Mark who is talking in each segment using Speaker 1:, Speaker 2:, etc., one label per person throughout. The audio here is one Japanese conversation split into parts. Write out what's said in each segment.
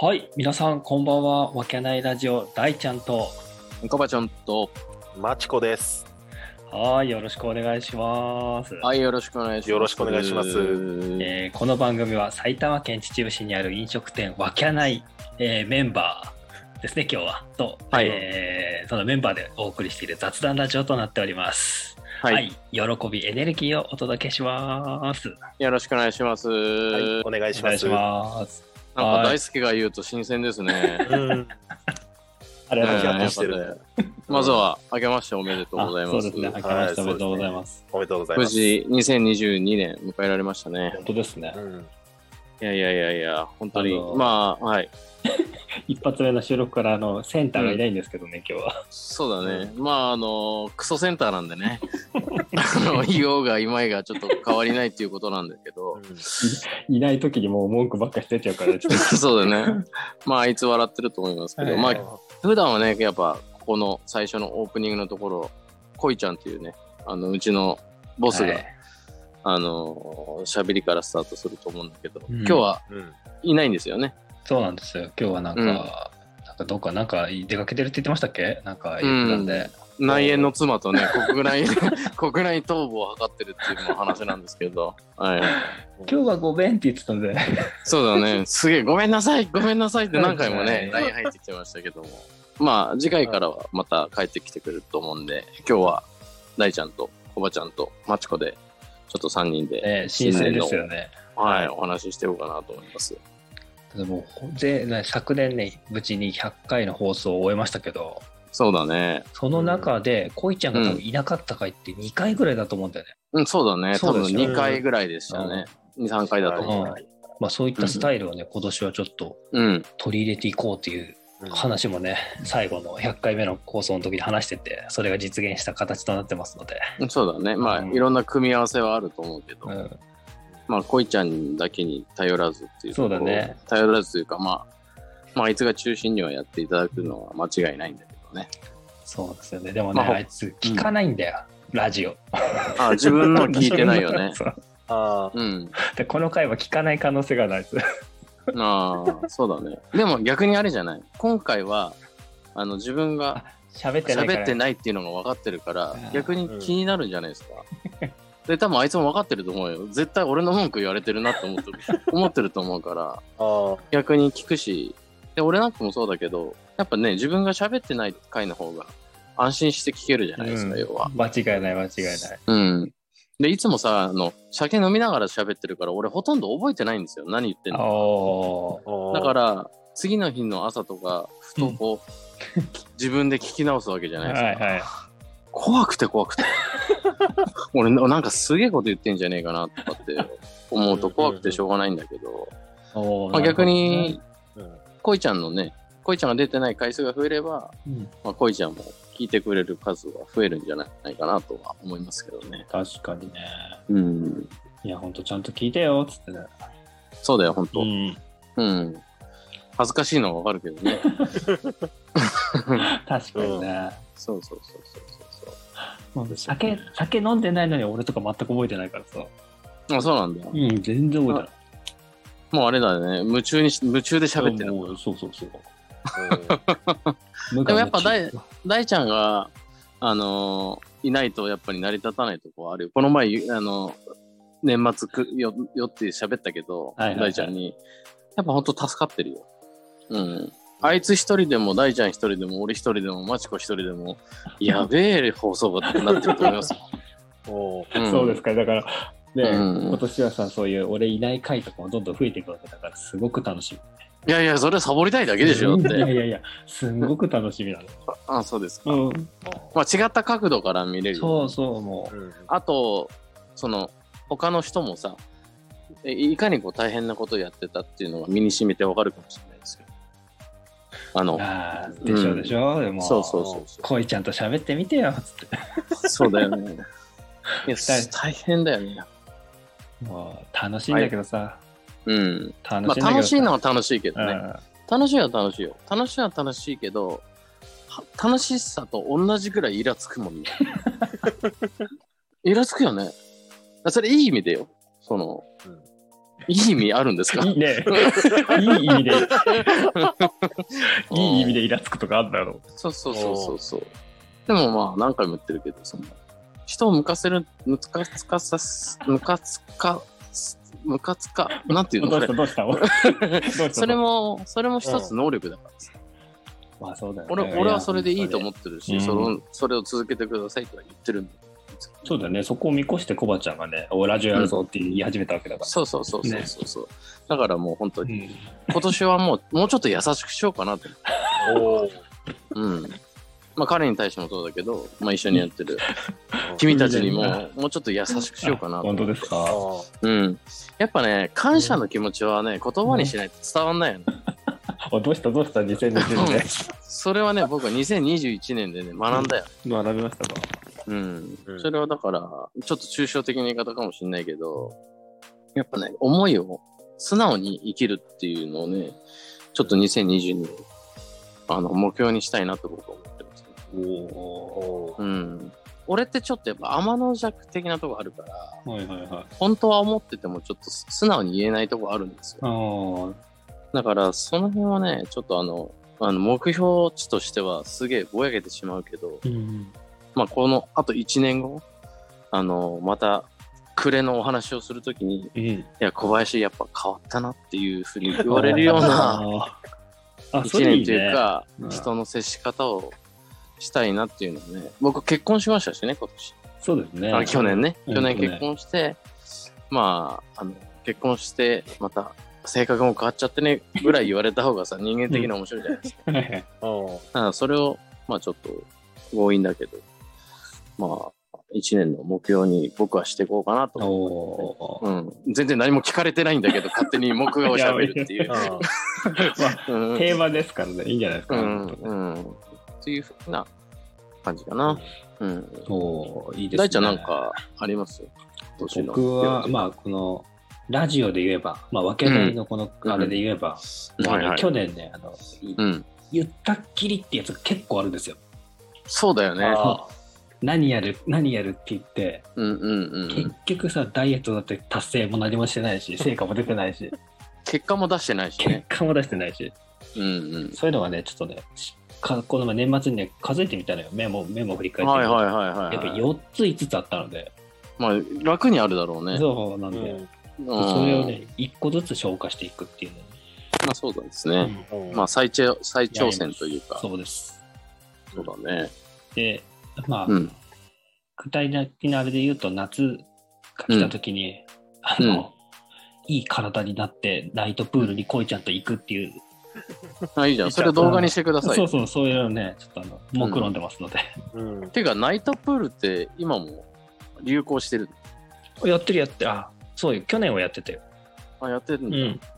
Speaker 1: はい、皆さんこんばんは。わけないラジオ大ちゃんと、
Speaker 2: カバちゃんと、
Speaker 3: マチコです。
Speaker 1: はい、よろしくお願いします。
Speaker 2: はい、よろしくお願いします。
Speaker 3: よろしくお願いします
Speaker 2: えー
Speaker 1: えーこの番組は埼玉県秩父市にある飲食店わけない、えーメンバーですね。今日はと、
Speaker 2: はい
Speaker 1: えーそのメンバーでお送りしている雑談ラジオとなっております。
Speaker 2: はい、
Speaker 1: 喜びエネルギーをお届けします。
Speaker 2: よろしくお願いします。
Speaker 3: はい、お願いし
Speaker 1: お願
Speaker 3: ま
Speaker 1: いし
Speaker 3: す。
Speaker 1: ます。
Speaker 2: なんか大輔が言うと新鮮ですね。
Speaker 3: うん、
Speaker 1: あり
Speaker 3: や
Speaker 1: がとうご
Speaker 3: っ
Speaker 1: ざい
Speaker 3: ぱ
Speaker 1: ま
Speaker 3: り
Speaker 1: す。
Speaker 3: してるね。
Speaker 2: まずは、明けましておめでとうござい
Speaker 1: あ
Speaker 2: ます。
Speaker 1: そうですね。明け
Speaker 2: 無
Speaker 1: ましておめでとうございます。
Speaker 3: おめでとうございます。
Speaker 2: 事、2022年迎えられましたね。
Speaker 1: 本当ですね
Speaker 3: う。ん、
Speaker 2: いやいやいやいや、本当に。
Speaker 1: あのー
Speaker 2: まあ、はい。
Speaker 1: 一発目の収録からあのセンターがいないんですけどね、今日は。
Speaker 2: そうだね。まあ、あのー、クソセンターなんでね。あの、 いようがいまいがちょっと変わりないっていうことなんだけど。
Speaker 1: いない時にもう文句ばっかりしてちゃうから、 ちょっと
Speaker 2: そうだね。まあ、あいつ笑ってると思いますけど、まあ、普段はねやっぱここの最初のオープニングのところこいちゃんっていうねあのうちのボスが、
Speaker 1: はい
Speaker 2: あのー喋りからスタートすると思うんだけど、
Speaker 1: うん
Speaker 2: 今日は
Speaker 3: うん、
Speaker 2: いないんですよね
Speaker 1: そうなんですよ。今日はなんか、
Speaker 2: うん
Speaker 1: なんかどうか、なんか出かけてるって言ってましたっけなんか言ってたんで。
Speaker 2: 内縁の妻とね 国内国内逃亡を図ってるっていうのも話なんですけど、はい、
Speaker 1: 今日はごめんって言ってたんで。
Speaker 2: そうだ ねすげえごめんなさいごめんなさいって何回も
Speaker 1: はい
Speaker 2: ね LINE 入ってきてましたけどもまあ次回からはまた帰ってきてくれると思うんで今日は大ちゃんとおばちゃんとまちこでちょっと3人 で
Speaker 1: ね、新鮮ですよね。
Speaker 2: はい、お話ししてようかなと思います。
Speaker 1: でもでね昨年ね、無事に100回の放送を終えましたけど、
Speaker 2: そうだね。
Speaker 1: その中で、こいちゃんが多分いなかった回って2回ぐらいだと思うんだよね。
Speaker 2: うん、そうだね。
Speaker 1: そ
Speaker 2: 多
Speaker 1: う
Speaker 2: 分
Speaker 1: ですよね
Speaker 2: 2回ぐらいでしたね。2、3回だと思う。
Speaker 1: はいまあそういったスタイルをね、今年はちょっと
Speaker 2: うん。
Speaker 1: 取り入れていこうという話もね、最後の100回目の放送の時に話してて、それが実現した形となってますので、
Speaker 2: そうだね。まあ、
Speaker 1: うん
Speaker 2: いろんな組み合わせはあると思うけど、
Speaker 1: うん、
Speaker 2: まあ、恋ちゃんだけに頼らずっていうところ
Speaker 1: そうだね
Speaker 2: 頼らずというか、まあ、まあ、あいつが中心にはやっていただくのは間違いないんだけ どね。
Speaker 1: そうですよね。でもね、
Speaker 2: まあ
Speaker 1: あいつ聞かないんだよ、ラジオ。
Speaker 2: あ、自分の聞いてないよ ね。
Speaker 1: そう
Speaker 3: ああ、
Speaker 2: うん。
Speaker 1: で、この回は聞かない可能性があるあいつ。
Speaker 2: ああ、そうだね。でも逆にあれじゃない。今回は、あの、自分が
Speaker 1: 喋ってないから。
Speaker 2: 喋ってないっていうのが分かってるから
Speaker 1: うん
Speaker 2: 逆に気になるんじゃないですか、で多分あいつも分かってると思うよ絶対俺の文句言われてるなって 思ってる思ってると思うから
Speaker 3: ああ、、
Speaker 2: 逆に聞くしで俺なんかもそうだけどやっぱね自分が喋ってない回の方が安心して聞けるじゃないですか、
Speaker 1: うん
Speaker 2: 要は
Speaker 1: 間違いない、間違いない。
Speaker 2: うんでいつもさあの酒飲みながら喋ってるから俺ほとんど覚えてないんですよ何言ってんの
Speaker 1: おー
Speaker 2: だからら次の日の朝とかふとこう、自分で聞き直すわけじゃな
Speaker 1: はい
Speaker 2: ですか、
Speaker 1: いはい。
Speaker 2: 怖くて怖 くて俺ななんかすげえこと言ってんじゃねえかなとかって思うと怖くてしょうがないんだけど、
Speaker 1: おー
Speaker 2: まあ、逆、に
Speaker 3: うん、
Speaker 2: 恋ちゃんのね恋ちゃんが出てない回数が増えれば、
Speaker 1: なるほどね
Speaker 2: まあ、恋ちゃんも聞いてくれる数は増えるんじゃないかなとは思いますけどね
Speaker 1: うん確かにね。
Speaker 2: うん
Speaker 1: いや、ほんとちゃんと聞いてよ、つってね。
Speaker 2: そうだよほんと
Speaker 1: ん。
Speaker 2: うん、恥ずかしいのはわかるけどね
Speaker 1: 確かにね。
Speaker 2: そうそうそうそうそうそう
Speaker 1: もう酒、酒飲んでないのに俺とか全く覚えてないからさ。
Speaker 2: あそうなんだ
Speaker 1: うん、全然覚えてない。
Speaker 2: もうあれだね夢中にし夢中で喋ってる
Speaker 1: もうそうそうそう。
Speaker 2: でもやっぱ大大ちゃんが、あのーいないとやっぱり成り立たないとこはあるよ。この前、ゆあの年末くよよって喋ったけど、
Speaker 1: はいはいはい
Speaker 2: 大ちゃんに、やっぱ本当助かってるよ。うん。あいつ一人でも、大ちゃん一人でも、俺一人でも、まちこ一人でも、やべえ放送がなってると思い ますよ。
Speaker 3: お
Speaker 2: ん
Speaker 1: そうですか、だから、ね、
Speaker 2: うん
Speaker 1: 今年はさ、そういう俺いない回とかもどんどん増えていくわけだから、すごく楽しみ。
Speaker 2: いやいや、それはサボりたいだけでしょっ
Speaker 1: いや
Speaker 2: て。
Speaker 1: いやいや、すごく楽しみな
Speaker 2: あ、そうですか。
Speaker 1: の。うん、
Speaker 2: まあ違った角度から見れるよね。
Speaker 1: そうそう、も
Speaker 3: う
Speaker 1: う。
Speaker 3: ん、
Speaker 2: あと、その、他の人もさ、えいかにこう大変なことをやってたっていうのが身に染みてわかるかもしれないですよ。あの、
Speaker 1: あーでしょうでしょ、うでも、
Speaker 2: そうそうそうそ
Speaker 1: 恋ちゃんと喋ってみてよ、つって。
Speaker 2: う。そうだよ ね。いや、
Speaker 1: 人
Speaker 2: 大変だよね。
Speaker 1: もう、楽しいんだけどさ、
Speaker 2: うん。ま
Speaker 1: 楽しいんだけどさ。
Speaker 2: あ、楽しいのは楽しいけど
Speaker 1: う
Speaker 2: ね。
Speaker 1: ん
Speaker 2: 楽しいは楽しいよ。楽しいは楽しいけど、は楽しさと同じぐらいイラつく もんね。イラつくよね。それいい意味でよ。その、
Speaker 3: うん
Speaker 2: いい意味あるんですか
Speaker 1: いいね。いい意味で、いい意味でイラつくとかあんだろう。
Speaker 2: そうそうそうそうそう。でもまあ何回も言ってるけど、その人をムカせる、ムカつかさす、ムカつか、ムカつか、なん ていうの
Speaker 1: ど
Speaker 2: こ
Speaker 1: うし
Speaker 2: れ
Speaker 1: たどうしたどう した
Speaker 2: それも、それも一つ能力だからさ。
Speaker 1: まあそうだよね。
Speaker 2: 俺
Speaker 1: いや
Speaker 2: 俺はそれでいいと思ってる
Speaker 1: う
Speaker 2: し、
Speaker 1: ん
Speaker 2: そのそれを続けてくださいとは言ってるんだ
Speaker 1: そうだよね。そこを見越してコバちゃんがね、おラジオやるぞって言い始めたわけだか
Speaker 2: そうそうそうそうそうそう。だからもう本当
Speaker 1: ら。
Speaker 2: に、
Speaker 1: うん
Speaker 2: 今年はもう、もうちょっと優しくしようかなと。
Speaker 3: おー
Speaker 2: うん。まあ彼に対してもそうだけど、まあ一緒にやってる。君たちにも、もうちょっと優しくしようかな
Speaker 1: あ
Speaker 2: と。
Speaker 1: 本当です
Speaker 3: あ
Speaker 1: か。
Speaker 3: ー
Speaker 2: うん。やっぱね、感謝の気持ちはね、言葉にしないと伝わんないよね。
Speaker 1: おどうしたどうした2020年。
Speaker 2: それはね、僕は2021年でね、学んだよ。
Speaker 1: 学びましたか。
Speaker 2: うん。
Speaker 3: うん
Speaker 2: それはだから、ちょっと抽象的な言い方かもしれないけど、やっぱね、思いを素直に生きるっていうのをね、ちょっと2022年、あの、目標にしたいなと僕は思ってます、ね。
Speaker 1: お
Speaker 3: おー
Speaker 2: うん。俺ってちょっとやっぱ天の弱的なとこあるから、
Speaker 1: お。はいはいはい。
Speaker 2: 本当は思っててもちょっと素直に言えないとこあるんです
Speaker 1: ああ。
Speaker 2: よ。だから、その辺はね、ちょっとあの、あの目標値としてはすげえぼやけてしまうけど、
Speaker 1: うん。
Speaker 2: まあ、このあと1年後、あの、また、暮れのお話をするときに、い
Speaker 1: うん。
Speaker 2: や、小林やっぱ変わったなっていうふうに言われるような
Speaker 1: あー。 あ、そ
Speaker 2: 1
Speaker 1: れいい
Speaker 2: 年という
Speaker 1: ね。
Speaker 2: か、
Speaker 1: うん
Speaker 2: 人の接し方をしたいなっていうのはね、僕結婚しましたしね、今年。
Speaker 1: そうですね。
Speaker 2: あ去年ね。
Speaker 1: うん
Speaker 2: 去年結婚して、まあ、あの、結婚して、また、性格も変わっちゃってね、ぐらい言われた方がさ、人間的に面白いじゃないですか。
Speaker 1: ね。
Speaker 3: うん
Speaker 2: だからそれを、まあちょっと、強引だけど、まあ、一年の目標に僕はしていこうかなと
Speaker 1: お
Speaker 2: 思う。
Speaker 1: お。
Speaker 2: うん、全然何も聞かれてないんだけど、勝手に目標をしゃべるっていう。
Speaker 3: うん
Speaker 2: うん
Speaker 1: 平和ですからね。いいんじゃないです
Speaker 2: う
Speaker 1: か。
Speaker 2: ん、うん。っていうふうな感じかな。うん。
Speaker 1: おお、いいですね。
Speaker 2: 大ちゃんなんかあります今年の
Speaker 1: 僕は、まあ、この、ラジオで言えば、まあ、分け取りのこの、
Speaker 2: うん
Speaker 1: あれで言えば、
Speaker 2: うんはいはい
Speaker 1: 去年ね、あの、い
Speaker 2: うん。
Speaker 1: 言ったっきりってやつが結構あるんですよ。
Speaker 2: そうだよね。
Speaker 3: あ
Speaker 1: 何やる、何やるって言って、
Speaker 2: うんうんう
Speaker 1: 結
Speaker 2: ん。
Speaker 1: 局さ、ダイエットだって達成も何もしてないし、成果も出て ないし、
Speaker 2: 結果も出してないし
Speaker 1: 結
Speaker 2: ね。
Speaker 1: 果も出してないし、
Speaker 2: うんうん。
Speaker 1: そういうのがね、ちょっとね、しかこの前年末にね、数えてみたのよ。メモ、メモを振り返ってみ
Speaker 2: はい
Speaker 1: て。
Speaker 2: はいはいはい。
Speaker 1: やっぱ4つ、5つあったので、
Speaker 2: まあ、楽にあるだろうね。
Speaker 1: そうなん
Speaker 3: う
Speaker 1: で、
Speaker 3: ん
Speaker 1: それをね、1個ずつ消化していくっていう
Speaker 2: まあそうなんです
Speaker 1: のを
Speaker 2: ね。
Speaker 3: うん
Speaker 2: まあ再挑再挑戦というか、
Speaker 1: そうです。
Speaker 2: そうだね。
Speaker 1: で、まあ、
Speaker 2: うん。
Speaker 1: 具体的なあれで言うと、夏が来た時に、あの、いい体になって、ナイトプールに恋ちゃんと行くっていう、
Speaker 2: あ、いいじゃん。それ動画にしてください。
Speaker 1: そうそう、そういうのね、ちょっとあの、目論んでますので、
Speaker 3: うん
Speaker 2: ていうか、ナイトプールって今も流行してる。
Speaker 1: やってるやってる、あ、そうよ、去年はやってたよ。
Speaker 2: あ、やってるん
Speaker 1: う
Speaker 2: だ。
Speaker 1: ん。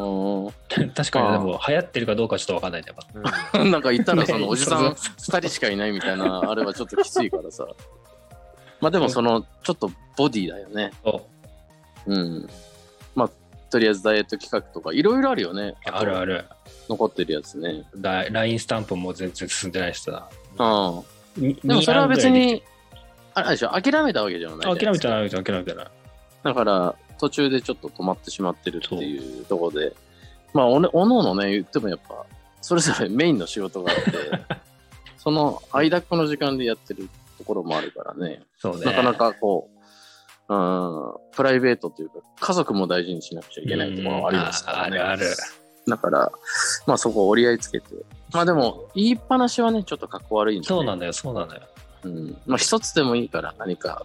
Speaker 2: うん。
Speaker 1: 確かに、でも、流行ってるかどうかちょっとわかんないんだよ。
Speaker 3: うん
Speaker 2: なんか言ったら、そのおじさ ん
Speaker 1: ね
Speaker 2: 2人しかいないみたいな、あれはちょっときついからさ。 まあでも、その、ちょっとボディだよね。
Speaker 1: そう
Speaker 2: うん。まあ、とりあえずダイエット企画とか、いろいろあるよね。
Speaker 1: あるある。
Speaker 2: 残ってるやつね。
Speaker 1: だ LINE スタンプも全然進んでないしさ。
Speaker 2: うん。
Speaker 1: に
Speaker 2: でもそれは別。
Speaker 1: に
Speaker 2: に、あれでしょ、諦めたわけじゃないじゃ
Speaker 1: あ
Speaker 2: ない
Speaker 1: 諦め
Speaker 2: です
Speaker 1: て
Speaker 2: か。
Speaker 1: ない、諦めてない。
Speaker 2: だから、途中でちょっと止まってしまってるっていうところで、まあ、おねおのおのね、言ってもやっぱ、それぞれメインの仕事があって、 その間っこの時間でやってるところもあるからね、
Speaker 1: そうね。
Speaker 2: なかなかこう、うん、プライベートというか、家族も大事にしなくちゃいけないところもありますからね。
Speaker 1: うんああるある。
Speaker 2: だから、まあそこを折り合いつけて、まあでも、言いっぱなしはね、ちょっとかっこ悪いんで、ね、
Speaker 1: そうなんだよ、そうなんだよ。
Speaker 2: うん、まあ一つでもいいから何か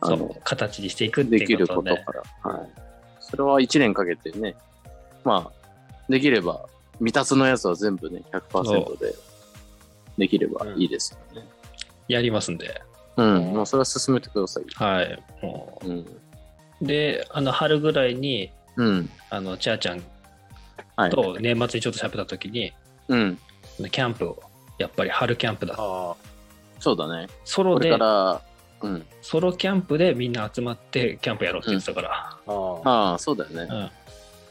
Speaker 2: あ
Speaker 1: そ
Speaker 2: の
Speaker 1: う形にしていくって
Speaker 2: でき
Speaker 1: いう
Speaker 2: る
Speaker 1: こと
Speaker 2: こ
Speaker 1: を
Speaker 2: と
Speaker 1: ね。
Speaker 2: から、はい、それは1年かけてねまあできれば未達のやつは全部ね100%でできればいいですよね
Speaker 1: やりますんで。
Speaker 2: うん、まあそれは進めてください
Speaker 1: はい。も
Speaker 2: うん、
Speaker 1: うで、あの、春ぐらいに、
Speaker 2: うん、
Speaker 1: あの、ちゃーちゃん
Speaker 2: はい
Speaker 1: と年末にちょっと喋った時に、
Speaker 2: うん
Speaker 1: キャンプを、やっぱり春キャンプだ。
Speaker 3: あ
Speaker 2: そうだね
Speaker 1: ソロ
Speaker 2: これ
Speaker 1: で
Speaker 2: か、らうん
Speaker 1: ソロキャンプでみんな集まってキャンプやろうって言ってたから。
Speaker 3: ーあ
Speaker 2: ああそうだよね、
Speaker 1: うん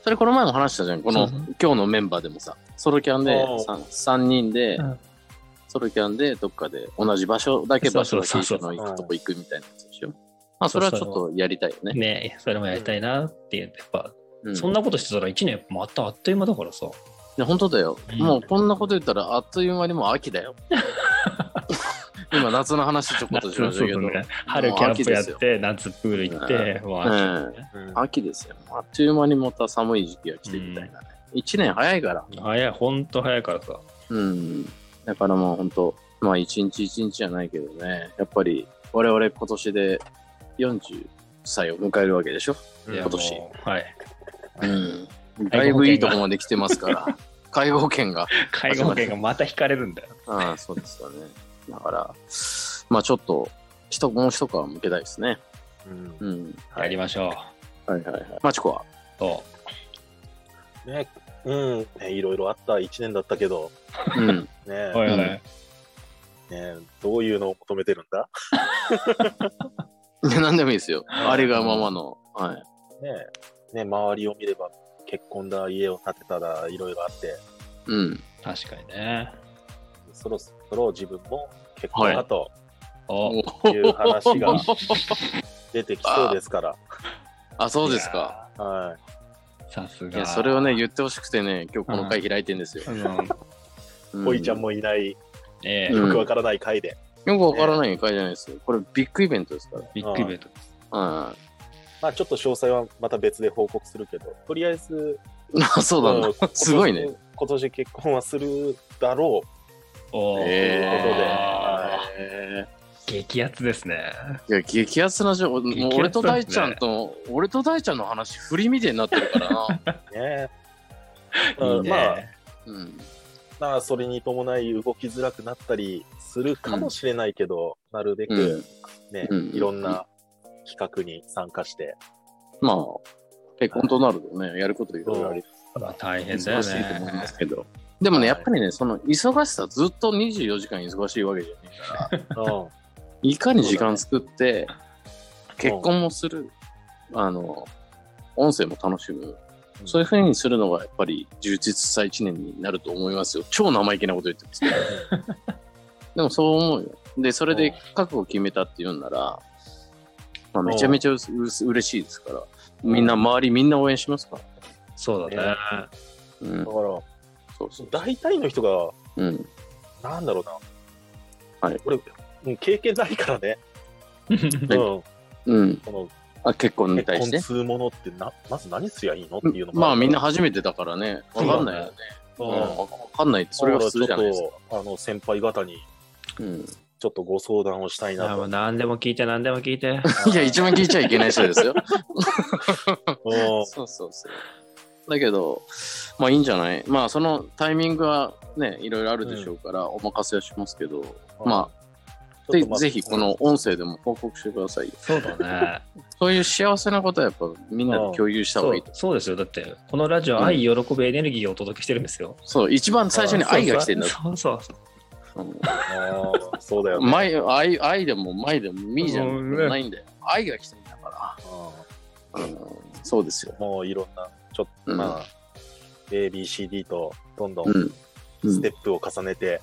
Speaker 2: それこの前も話したじゃんこの
Speaker 1: そうそう
Speaker 2: 今日のメンバーでもさソロキャンで
Speaker 3: ああ
Speaker 2: 3, 人で、
Speaker 1: うん
Speaker 2: ソロキャンでどっかで同じ場所だけ
Speaker 1: そ
Speaker 2: 場
Speaker 1: うそ
Speaker 2: 所
Speaker 1: う
Speaker 2: だけ
Speaker 1: そうそ
Speaker 2: 一緒
Speaker 1: う
Speaker 2: の行くとこ行くみたいなやつでしょまあそれはちょっとやりたいよね
Speaker 1: ねそれもやりたいなって言って、やっぱ、
Speaker 2: う
Speaker 1: そんなことしてたら1年もうあったあっという間だからさ
Speaker 2: いや本当だよ、
Speaker 1: うん
Speaker 2: もうこんなこと言ったらあっという間にもう秋 だよ今夏の話ちょこっとしましたけど、
Speaker 1: 夏そうそう春キャンプやって夏プール行って、もう秋
Speaker 2: うん
Speaker 3: うん
Speaker 2: 秋ですよあっという間にまた寒い時期が来てみたいなね、一1年早いから
Speaker 1: 早いほんと早いからさ
Speaker 2: うんだからもう本当まあ一日一日じゃないけどねやっぱり我々今年で40歳を迎えるわけでしょ
Speaker 1: いや
Speaker 2: 今年
Speaker 1: もうはい
Speaker 2: うんだいぶいいとこまで来てますから介護保険が
Speaker 1: 介護保険がまた引かれるんだよ
Speaker 2: ああ、そうですよね。だから、まあちょっと、人、もう一皮向けたいですね。
Speaker 3: うん
Speaker 2: うん。
Speaker 3: はい
Speaker 1: やりましょう
Speaker 2: はいはいはい。マチコは
Speaker 1: と
Speaker 3: ね、うん、ね、いろいろあった1年だったけど、
Speaker 2: うん。
Speaker 3: ね、
Speaker 1: はいは
Speaker 2: う
Speaker 1: い
Speaker 3: ねどういうのを求めてるんだ
Speaker 2: いや何でもいいですよ。あれがままの。はい。
Speaker 3: ねね、周りを見れば結婚だ、家を建てただ、いろいろあって、
Speaker 2: うん。
Speaker 1: 確かにね
Speaker 3: そろそろ自分も結婚だと
Speaker 1: お
Speaker 3: いう話が出てきそうですから、
Speaker 2: あ、そうですか。
Speaker 3: は
Speaker 1: さす
Speaker 2: い
Speaker 1: が
Speaker 2: や、それをね、言ってほしくてね、今日この回開いてんですよ。
Speaker 1: うん
Speaker 3: い。
Speaker 2: う
Speaker 3: 恋ちゃん。もいない、
Speaker 1: ええ
Speaker 2: うん
Speaker 3: よくわからない回で、
Speaker 2: よくわからない回じゃないですよ。これ、ビッグイベントですから。
Speaker 1: ビッグイベントです
Speaker 2: うん。
Speaker 3: まあちょっと詳細はまた別で報告するけど、とりあえず、
Speaker 2: あ、 そうなん
Speaker 3: うん
Speaker 2: だ
Speaker 3: 今。年
Speaker 2: すごいね。
Speaker 3: 今年結婚はするだろ
Speaker 1: おー
Speaker 2: え
Speaker 3: ということで
Speaker 1: あ
Speaker 3: は
Speaker 2: え
Speaker 1: ー激アツですね
Speaker 2: いや、激アツな情報、もう俺と大ちゃんと、俺と大ちゃんの話、振りみてえになってるから な。
Speaker 3: うね。
Speaker 1: いい
Speaker 3: うんまあ
Speaker 1: ね
Speaker 2: うん。
Speaker 3: まあ、それに伴い動きづらくなったりするかもしれないけど、なるべ
Speaker 2: うん
Speaker 3: くね、
Speaker 2: うん
Speaker 3: いろんな企画に参加して、
Speaker 2: まあ、結婚となるとね、やることいろいろあり
Speaker 1: まあ大変だよ
Speaker 2: 忙しいと思
Speaker 1: ね
Speaker 2: いますけど。でもね、や
Speaker 3: はい
Speaker 2: っぱりね、その忙しさ、ずっと24時間忙しいわけじゃないから、
Speaker 3: うん
Speaker 2: いかに時間作って、結婚もする、あの、音声も楽しむ、 そういうふうにするのが、やっぱり充実した一年になると思いますよ。超生意気なこと言って ますけど。でもそう思うよ。で、それで覚悟決めたって言うんなら、まあ、めちゃめちゃうすうす嬉しいですから、みんな、周りみんな応援しますから。
Speaker 1: そうだね
Speaker 2: うん
Speaker 3: だ。から、
Speaker 2: そうそう。
Speaker 3: 大体の人が、
Speaker 2: うん。
Speaker 3: なんだろうな、
Speaker 2: はい
Speaker 3: 俺、うん経験ないからね、 うん、こ
Speaker 2: うん。
Speaker 3: の
Speaker 2: あ、結婚に
Speaker 3: 結
Speaker 2: 対
Speaker 3: 婚
Speaker 2: して。
Speaker 3: するものってな、まず何すりゃいいのっていうの
Speaker 2: まあみんな
Speaker 3: は
Speaker 2: 初めてだからね、わかんないよね。
Speaker 3: う
Speaker 2: うんんわかんないって、それが普通じゃないですか。
Speaker 3: か。あの先輩方に
Speaker 2: うん。
Speaker 3: ちょっとご相談をしたい
Speaker 1: いや
Speaker 3: な
Speaker 1: もう
Speaker 3: と。
Speaker 1: 何でも聞いて何でも聞いて
Speaker 2: いや、一番聞いちゃいけない人 ですよ。
Speaker 3: うん
Speaker 2: そうそうそう。だけど、まあいいんじゃないまあそのタイミングはね、いろいろあるでしょうから、お任せはしますけど、まあ、
Speaker 3: ちょ
Speaker 2: で
Speaker 3: っとま
Speaker 2: ぜひこの音声でも報告してくださいよ。
Speaker 1: そうだね
Speaker 2: そういう幸せなことはやっぱみんなで共有 した方
Speaker 1: そ
Speaker 2: がいういと。
Speaker 1: そうですよだってこのラジオ愛喜びエネルギーをお届けしてるんですよ
Speaker 2: そう、一番最初に愛が来てんだ。
Speaker 1: そうそうそう
Speaker 2: うん
Speaker 3: うんそうだよね。
Speaker 2: 前愛愛でも前でもみじゃ
Speaker 1: うんね
Speaker 2: ないんだよ。愛が来てんだか
Speaker 3: う
Speaker 2: ら。うん、そうですよ
Speaker 3: ん。もういろんな、ちょっと、
Speaker 2: うん
Speaker 3: まあ、ABCD とどんどん
Speaker 2: うん。うん
Speaker 3: ステップを重ねて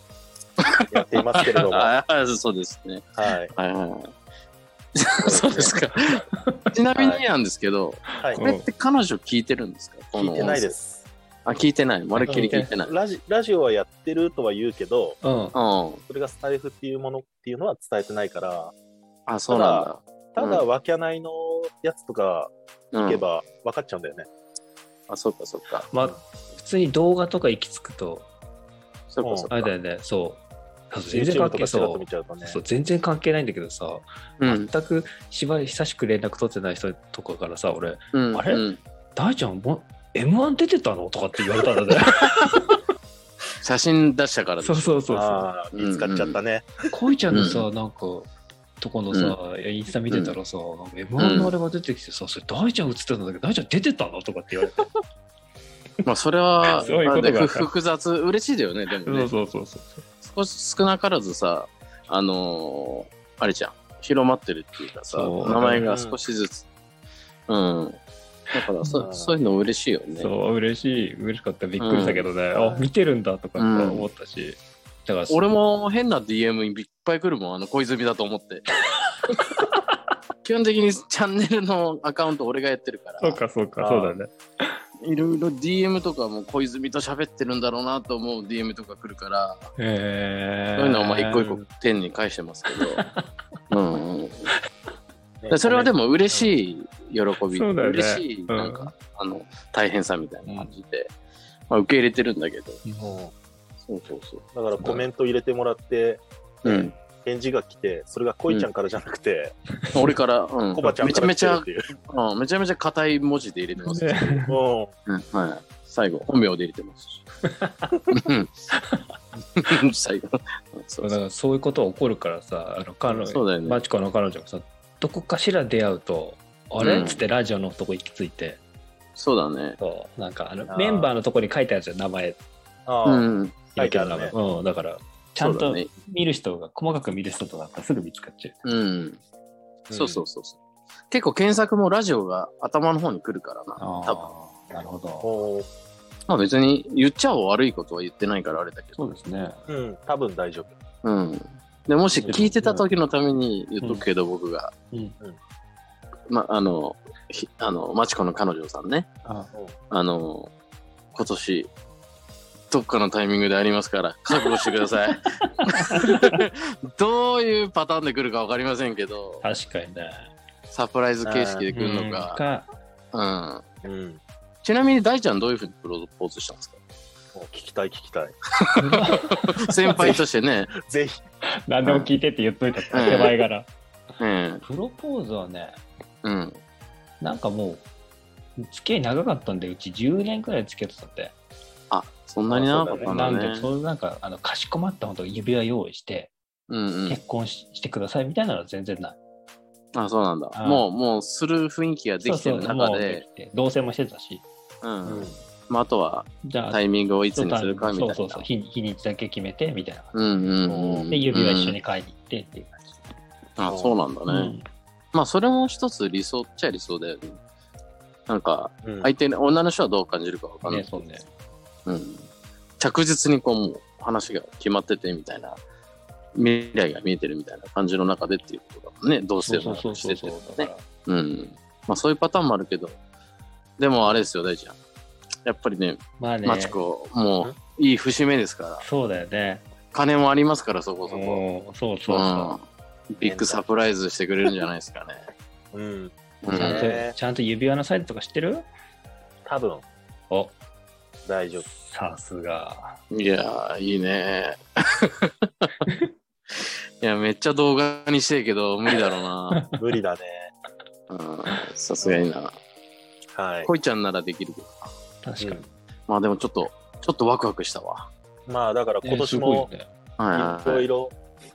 Speaker 3: やっていますけれ ども、は
Speaker 2: ああそうですね。
Speaker 3: い。
Speaker 2: はいはいはい。 そうですか。ちなみになんですけど、
Speaker 3: はい
Speaker 2: こ。れって彼女聞いてるんですかこの
Speaker 3: 聞いてないです。
Speaker 2: あ、聞いてない。まるっきり聞いてない。
Speaker 3: ラジラジオはやってるとは言うけど、
Speaker 1: うん
Speaker 2: うん。
Speaker 3: それがスタイフっていうものっていうのは伝えてないから、
Speaker 2: あ、そうなんだ。
Speaker 3: ただ、わきゃないのやつとか
Speaker 2: うん
Speaker 3: 聞けば分かっちゃうんだよね。
Speaker 2: あ、そっかそっか。
Speaker 1: まあ普通に動画とか行き着くと
Speaker 2: そっかそっ
Speaker 1: あれだ
Speaker 2: か。
Speaker 1: よねそう全然
Speaker 3: YouTube
Speaker 1: 関
Speaker 3: と
Speaker 1: 係
Speaker 3: かちらっ
Speaker 1: そ
Speaker 3: と
Speaker 1: う
Speaker 3: 見ちゃうとね。
Speaker 1: そう全然関係ないんだけどさ、
Speaker 2: うん。
Speaker 1: 全くしば久しく連絡取ってない人とかからさ俺
Speaker 2: うん。
Speaker 1: あれ
Speaker 2: うん
Speaker 1: 「大ちゃんも m 1出てたの?」とかって言われたんだね
Speaker 2: 写真出したからでし
Speaker 1: そ
Speaker 2: ょ
Speaker 1: うそうそうそ
Speaker 3: ああ、見つかっちゃったね。
Speaker 1: う恋ちゃんのさなんかとこのさ、インスタ見てたらさ、m 1のあれが出てきてさ「それ大ちゃん映ってたんだけど大ちゃん出てたの?」とかって言われて
Speaker 2: まあ、それは、
Speaker 1: そういうことが
Speaker 2: あれふ複雑、嬉しいだよね、でも ね。
Speaker 1: そうそうそう
Speaker 2: 少し少なからずさ、あのーあれじゃん、広まってるっていうかさ、
Speaker 1: そう
Speaker 2: 名前が少しずつ。うん。だから
Speaker 3: う
Speaker 2: そ、
Speaker 3: ん
Speaker 2: そういうの嬉しいよね。
Speaker 1: そう嬉しい嬉しかったびっくりしたけどね、あ見てるんだとかって思ったし、だから
Speaker 2: 俺も変な DM いっぱい来るもん、あの、小泉だと思って。基本的にチャンネルのアカウント俺がやってるから、
Speaker 4: そうか、そうか、
Speaker 3: あー
Speaker 4: そうだね。
Speaker 2: いろいろ DM とかも小泉と喋ってるんだろうなと思う DM とか来るから、
Speaker 1: えー、
Speaker 2: そういうのをまあ一個一個天に返してますけ ど、うんうん、だからそれはで
Speaker 3: も、
Speaker 2: も嬉しい喜び、
Speaker 4: そうだよね
Speaker 2: 嬉しいなんか、あの大変さみたいな感じで、まあ、受け入れてるんだけど、そうそうそう。
Speaker 3: だからコメント入れてもらって、
Speaker 2: うん、
Speaker 3: 返事が来て、それが恋ちゃんからじゃなくて、
Speaker 2: 俺から、うん
Speaker 3: コバちゃん
Speaker 2: めち
Speaker 3: か
Speaker 2: ゃ
Speaker 3: ら
Speaker 2: め
Speaker 3: 来
Speaker 2: ち
Speaker 3: てる
Speaker 2: ゃ
Speaker 3: っ、ていう。
Speaker 2: うん、めちゃめちゃ硬い文字で入れてます、
Speaker 4: ね
Speaker 3: うん
Speaker 2: うんはい、最後、本名で入れてますし。うん 最後。そ
Speaker 1: そうだ
Speaker 2: うそう
Speaker 1: からそういうことが起こるからさあの彼女
Speaker 2: そうだよね
Speaker 1: マチコの彼女もさどこかしら出会うと「あれ?」
Speaker 2: うん
Speaker 1: っつってラジオのとこ行き着いて、
Speaker 2: そうだね。
Speaker 1: そうなんかあの
Speaker 3: あー
Speaker 1: メンバーのとこに書いてあるじゃん名前
Speaker 3: ああ
Speaker 2: うん、
Speaker 1: 書いてある
Speaker 3: 書
Speaker 1: 名
Speaker 3: いてあ
Speaker 1: 前、
Speaker 3: る
Speaker 1: うん、だから
Speaker 5: ちゃん
Speaker 2: そう
Speaker 5: と
Speaker 2: だね
Speaker 5: 見る人が、細かく見る人とかだったらすぐ見つかっちゃう。
Speaker 2: うん。そうそううそうそう。結構検索もラジオが頭の方に来るからな。多分
Speaker 5: ああ、なるほど。
Speaker 3: おー
Speaker 2: まあ別に言っちゃ悪いことは言ってないからあれだけ
Speaker 5: そ
Speaker 2: ど。
Speaker 5: うですね。
Speaker 3: うん、多分大丈夫。
Speaker 2: うん。でもし聞いてた時のために言っとくけど、僕が。
Speaker 5: うん
Speaker 3: うん
Speaker 2: ま、あの、ひあの、マチコの彼女さんね。
Speaker 5: あ
Speaker 2: あの、今年、どっかのタイミングでありますから、覚悟してください。どういうパターンで来るか分かりませんけど、
Speaker 1: 確かにね
Speaker 2: サプライズ形式で来るの
Speaker 1: うん
Speaker 2: か。
Speaker 1: か
Speaker 2: うん。
Speaker 3: うん、
Speaker 2: ちなみに大ちゃんどういうふうにプロポーズしたんですか
Speaker 3: もう聞きたい聞きた い。
Speaker 2: 先輩としてね。
Speaker 3: ぜひ。
Speaker 5: 何でも聞いてって言っといた
Speaker 2: うん
Speaker 5: 手前から。
Speaker 2: うん。
Speaker 1: プロポーズはね
Speaker 2: うん。
Speaker 1: なんかもう付き合い長かったんでうち10年くらい付き合ってたって
Speaker 2: あ、そんなに長かったん
Speaker 1: な
Speaker 2: だ
Speaker 1: ん
Speaker 2: ね
Speaker 1: で。そういうなんかあのかしこまった本当に指輪用意して
Speaker 2: うんうん。
Speaker 1: 結婚ししてくださいみたいなのは全然ない
Speaker 2: あ、そうなん
Speaker 1: あ
Speaker 2: だ。
Speaker 1: ー
Speaker 2: もう、もうする雰囲気ができてる
Speaker 1: そうそう
Speaker 2: 中
Speaker 1: もうで
Speaker 2: で、
Speaker 1: きて同棲もしてたし
Speaker 2: うん
Speaker 3: うん。
Speaker 2: まあ、あとは
Speaker 1: じゃあ
Speaker 2: タイミングをいつにするかみたいな。
Speaker 1: そうそうそう日に日にちだけ決めてみたいな感
Speaker 2: うんうんうん。
Speaker 1: じで指輪一緒に買いに行ってっていう感じ、
Speaker 2: あそうなんだね、
Speaker 5: うん
Speaker 2: まあそれも一つ理想っちゃ理想だよねなんか
Speaker 3: うん
Speaker 2: 相手の女の人はどう感じるかわかんない、
Speaker 1: ねそうね
Speaker 2: うん、着実にこうもう話が決まっててみたいな未来が見えてるみたいな感じの中でっていうことだもんねどうして
Speaker 1: そうそ
Speaker 2: も
Speaker 1: うそう
Speaker 2: し
Speaker 1: そう
Speaker 2: てて
Speaker 1: そう
Speaker 2: ね
Speaker 1: だから
Speaker 2: うんまあそういうパターンもあるけどでもあれですよ大ちゃんやっぱりね
Speaker 1: まあね
Speaker 2: マチコもういい節目ですから
Speaker 1: そうだよね
Speaker 2: 金もありますからそこそこ、
Speaker 1: うんそう
Speaker 2: う
Speaker 1: そうそ
Speaker 2: ん、ビッグサプライズしてくれるんじゃないですかね、
Speaker 3: うん、
Speaker 1: う、
Speaker 2: うん
Speaker 1: ちゃん
Speaker 3: ね
Speaker 1: とちゃんと指輪のサイズとか知ってる
Speaker 3: 多分
Speaker 1: お
Speaker 3: 大丈夫。
Speaker 1: さすが
Speaker 2: いやー、いいね。 いや、めっちゃ動画にしてえけど、無理だろうな。
Speaker 3: 無理だね。
Speaker 2: うんさすがにな。
Speaker 3: はい。
Speaker 2: こいちゃんならできるけど。
Speaker 1: 確かに、
Speaker 2: まあでもちょっと、ちょっとワクワクしたわ。
Speaker 3: まあだから今年
Speaker 1: ね
Speaker 3: も
Speaker 1: すごいよね
Speaker 2: はいいはい
Speaker 3: ろ
Speaker 2: はいい。
Speaker 3: ろ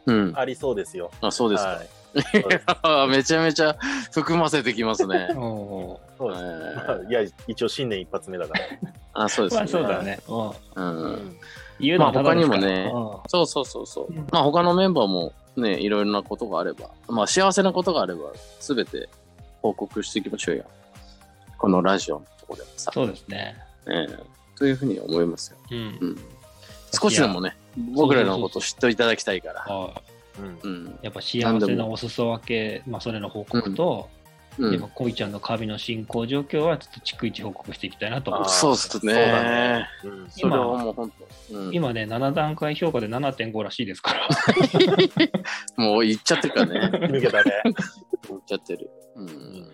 Speaker 2: うん。
Speaker 3: ありそうですよ。
Speaker 2: あ、そうですか。
Speaker 3: はい。そうです
Speaker 2: めちゃめちゃ含ませてきま すね。
Speaker 1: うん
Speaker 3: そうですま
Speaker 2: は
Speaker 3: あいや、一応新年一発目だから。
Speaker 2: いあ、そうです
Speaker 1: ま
Speaker 2: ね。
Speaker 1: あそうだ。ね、うん、
Speaker 2: うん。
Speaker 1: 言うのはただですから
Speaker 2: まあ他にそうそうそうそ
Speaker 1: う
Speaker 2: う
Speaker 1: ん。
Speaker 2: まあ他のメンバーもね、いろいろなことがあれば、まあ幸せなことがあれば、すべて報告していきましょうよ。このラジオのとこでもさ。
Speaker 1: そうですね
Speaker 2: ええというふうに思いますよ。
Speaker 1: うん
Speaker 2: うん、少しでもね、僕らのことを知っていただきたいから。
Speaker 1: あ
Speaker 3: うん。
Speaker 2: うん。
Speaker 1: やっぱ幸せなお裾分け、まあ、それの報告と、
Speaker 2: う
Speaker 1: やっぱ
Speaker 2: ん、
Speaker 1: 恋ちゃんの旅の進行状況はちょっと逐一報告していきたいなと思い
Speaker 3: あ
Speaker 1: ま
Speaker 3: ー
Speaker 1: す。
Speaker 2: そうっすね
Speaker 3: そうだね。うん
Speaker 2: それはもう本当、うん、
Speaker 1: 今ね、7段階評価で7.5らしいですから。
Speaker 2: もう言っちゃってるか らね。
Speaker 3: 抜けたね。
Speaker 2: 言っちゃってる。 うん。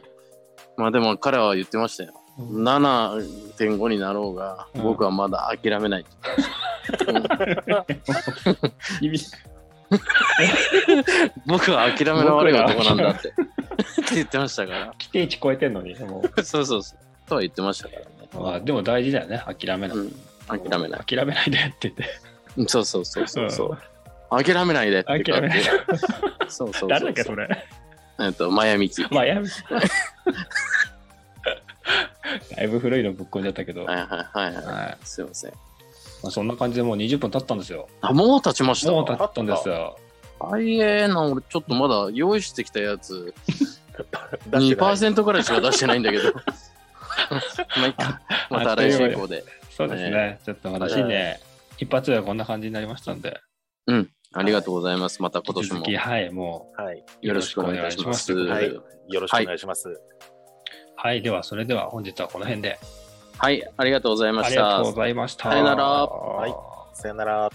Speaker 2: まあでも彼は言ってましたよ。7.5になろうが、
Speaker 1: うん
Speaker 2: 僕はまだ諦めないって言ってました。うん僕は諦めの悪い男なんだって。って言ってましたか
Speaker 1: 規定値超えてんのに、も
Speaker 2: ら。そうそうそう。とは言ってましたからね。
Speaker 1: うまあ、でも大事だよね、諦めない。
Speaker 2: うん。諦めない。
Speaker 1: 諦めないでって言って。
Speaker 2: うんそうそうそうそうそう。諦めないでって
Speaker 1: 諦めない
Speaker 2: そうそうそう。
Speaker 1: 誰だっけ、それ。
Speaker 2: えっと、マヤミキ。
Speaker 1: まあ、 やめだいぶ古いのぶっこんじゃったけど、は
Speaker 2: は
Speaker 1: いい
Speaker 2: はいはいはい。
Speaker 1: ます
Speaker 2: いません。
Speaker 1: あ、そんな感じでもう20分経ったんですよ。
Speaker 2: あ、もう経ちました。
Speaker 1: もう経ったんですよ。
Speaker 2: あいえな、俺ちょっとまだ用意してきたやつ、
Speaker 3: 出してない
Speaker 2: 2%ぐらいしか出してないんだけど。まあ、いっか。また来週以降で。
Speaker 1: そうですね、ちょっとまだ新年一発ではこんな感じになりましたんで、
Speaker 2: うん。ありがとうございます。また今
Speaker 1: 引き
Speaker 2: 年
Speaker 1: 続
Speaker 2: も
Speaker 1: き、はい、も
Speaker 3: はい。
Speaker 1: う
Speaker 2: よろしくお願いします。
Speaker 1: よろしくお
Speaker 3: 願
Speaker 2: はい
Speaker 3: し
Speaker 2: い、
Speaker 3: よろしくお願いします。
Speaker 1: はい、では、それでは本日はこの辺で。
Speaker 2: ありがとうございま
Speaker 1: あ
Speaker 2: し
Speaker 1: りが
Speaker 2: た
Speaker 1: とう。ございました。
Speaker 2: さよなら
Speaker 1: はい
Speaker 3: さよなら。